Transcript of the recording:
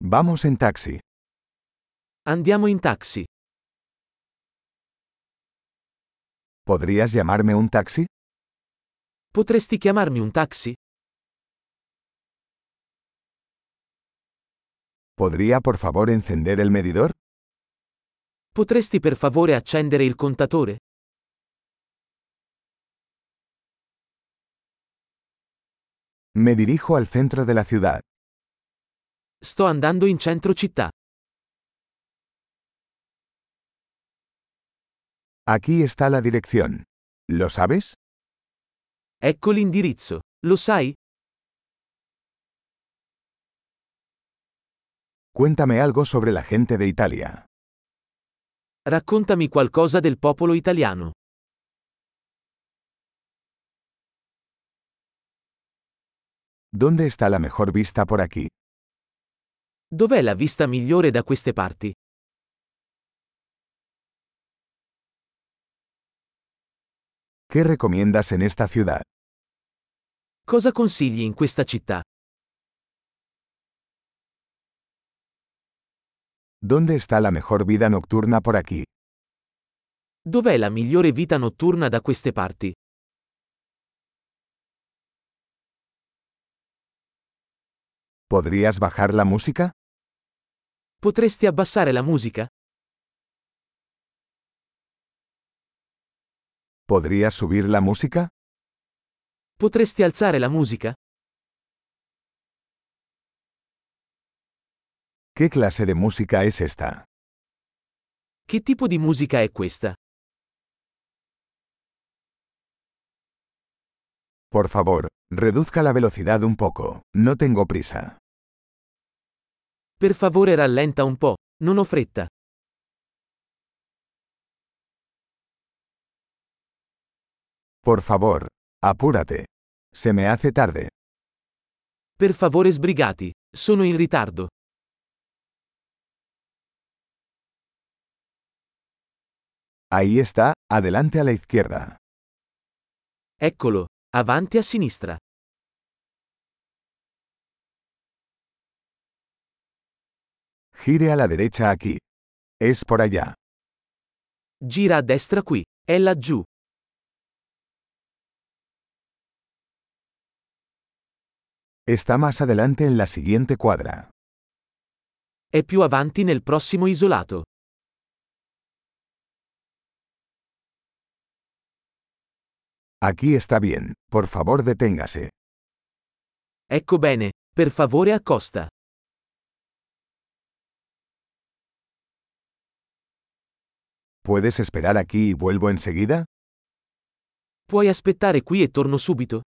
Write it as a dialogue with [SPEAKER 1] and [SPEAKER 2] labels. [SPEAKER 1] Vamos en taxi.
[SPEAKER 2] Andiamo in taxi.
[SPEAKER 1] ¿Podrías llamarme un taxi?
[SPEAKER 2] Potresti chiamarmi un taxi?
[SPEAKER 1] ¿Podría por favor encender el medidor?
[SPEAKER 2] Potresti per favore accendere il contatore?
[SPEAKER 1] Me dirijo al centro de la ciudad.
[SPEAKER 2] Sto andando in centro città.
[SPEAKER 1] Aquí está la dirección. ¿Lo sabes?
[SPEAKER 2] Ecco l'indirizzo. Lo sai?
[SPEAKER 1] Cuéntame algo sobre la gente de Italia.
[SPEAKER 2] Raccontami qualcosa del popolo italiano.
[SPEAKER 1] ¿Dónde está la mejor vista por aquí?
[SPEAKER 2] Dov'è la vista migliore da queste parti?
[SPEAKER 1] ¿Qué recomiendas en esta ciudad?
[SPEAKER 2] Cosa consigli in questa città?
[SPEAKER 1] ¿Dónde está la mejor vida nocturna por aquí?
[SPEAKER 2] Dov'è la migliore vita notturna da queste parti?
[SPEAKER 1] ¿Podrías bajar la música?
[SPEAKER 2] Potresti abbassare la musica?
[SPEAKER 1] ¿Podrías subir la música?
[SPEAKER 2] Potresti alzare la musica?
[SPEAKER 1] ¿Qué clase de música es esta?
[SPEAKER 2] Che tipo di musica è questa?
[SPEAKER 1] Por favor, reduzca la velocidad un poco. No tengo prisa.
[SPEAKER 2] Per favore rallenta un po', non ho fretta.
[SPEAKER 1] Por favor, apúrate. Se me hace tarde.
[SPEAKER 2] Per favore sbrigati, sono in ritardo.
[SPEAKER 1] Ahí está, adelante a la izquierda.
[SPEAKER 2] Eccolo, avanti a sinistra.
[SPEAKER 1] Gire a la derecha aquí. Es por allá.
[SPEAKER 2] Gira a destra qui, è laggiù.
[SPEAKER 1] Está más adelante en la siguiente cuadra.
[SPEAKER 2] È più avanti nel prossimo isolato.
[SPEAKER 1] Aquí está bien. Por favor, deténgase.
[SPEAKER 2] Ecco bene, per favore accosta.
[SPEAKER 1] ¿Puedes esperar aquí y vuelvo enseguida?
[SPEAKER 2] Puoi aspettare qui e torno subito?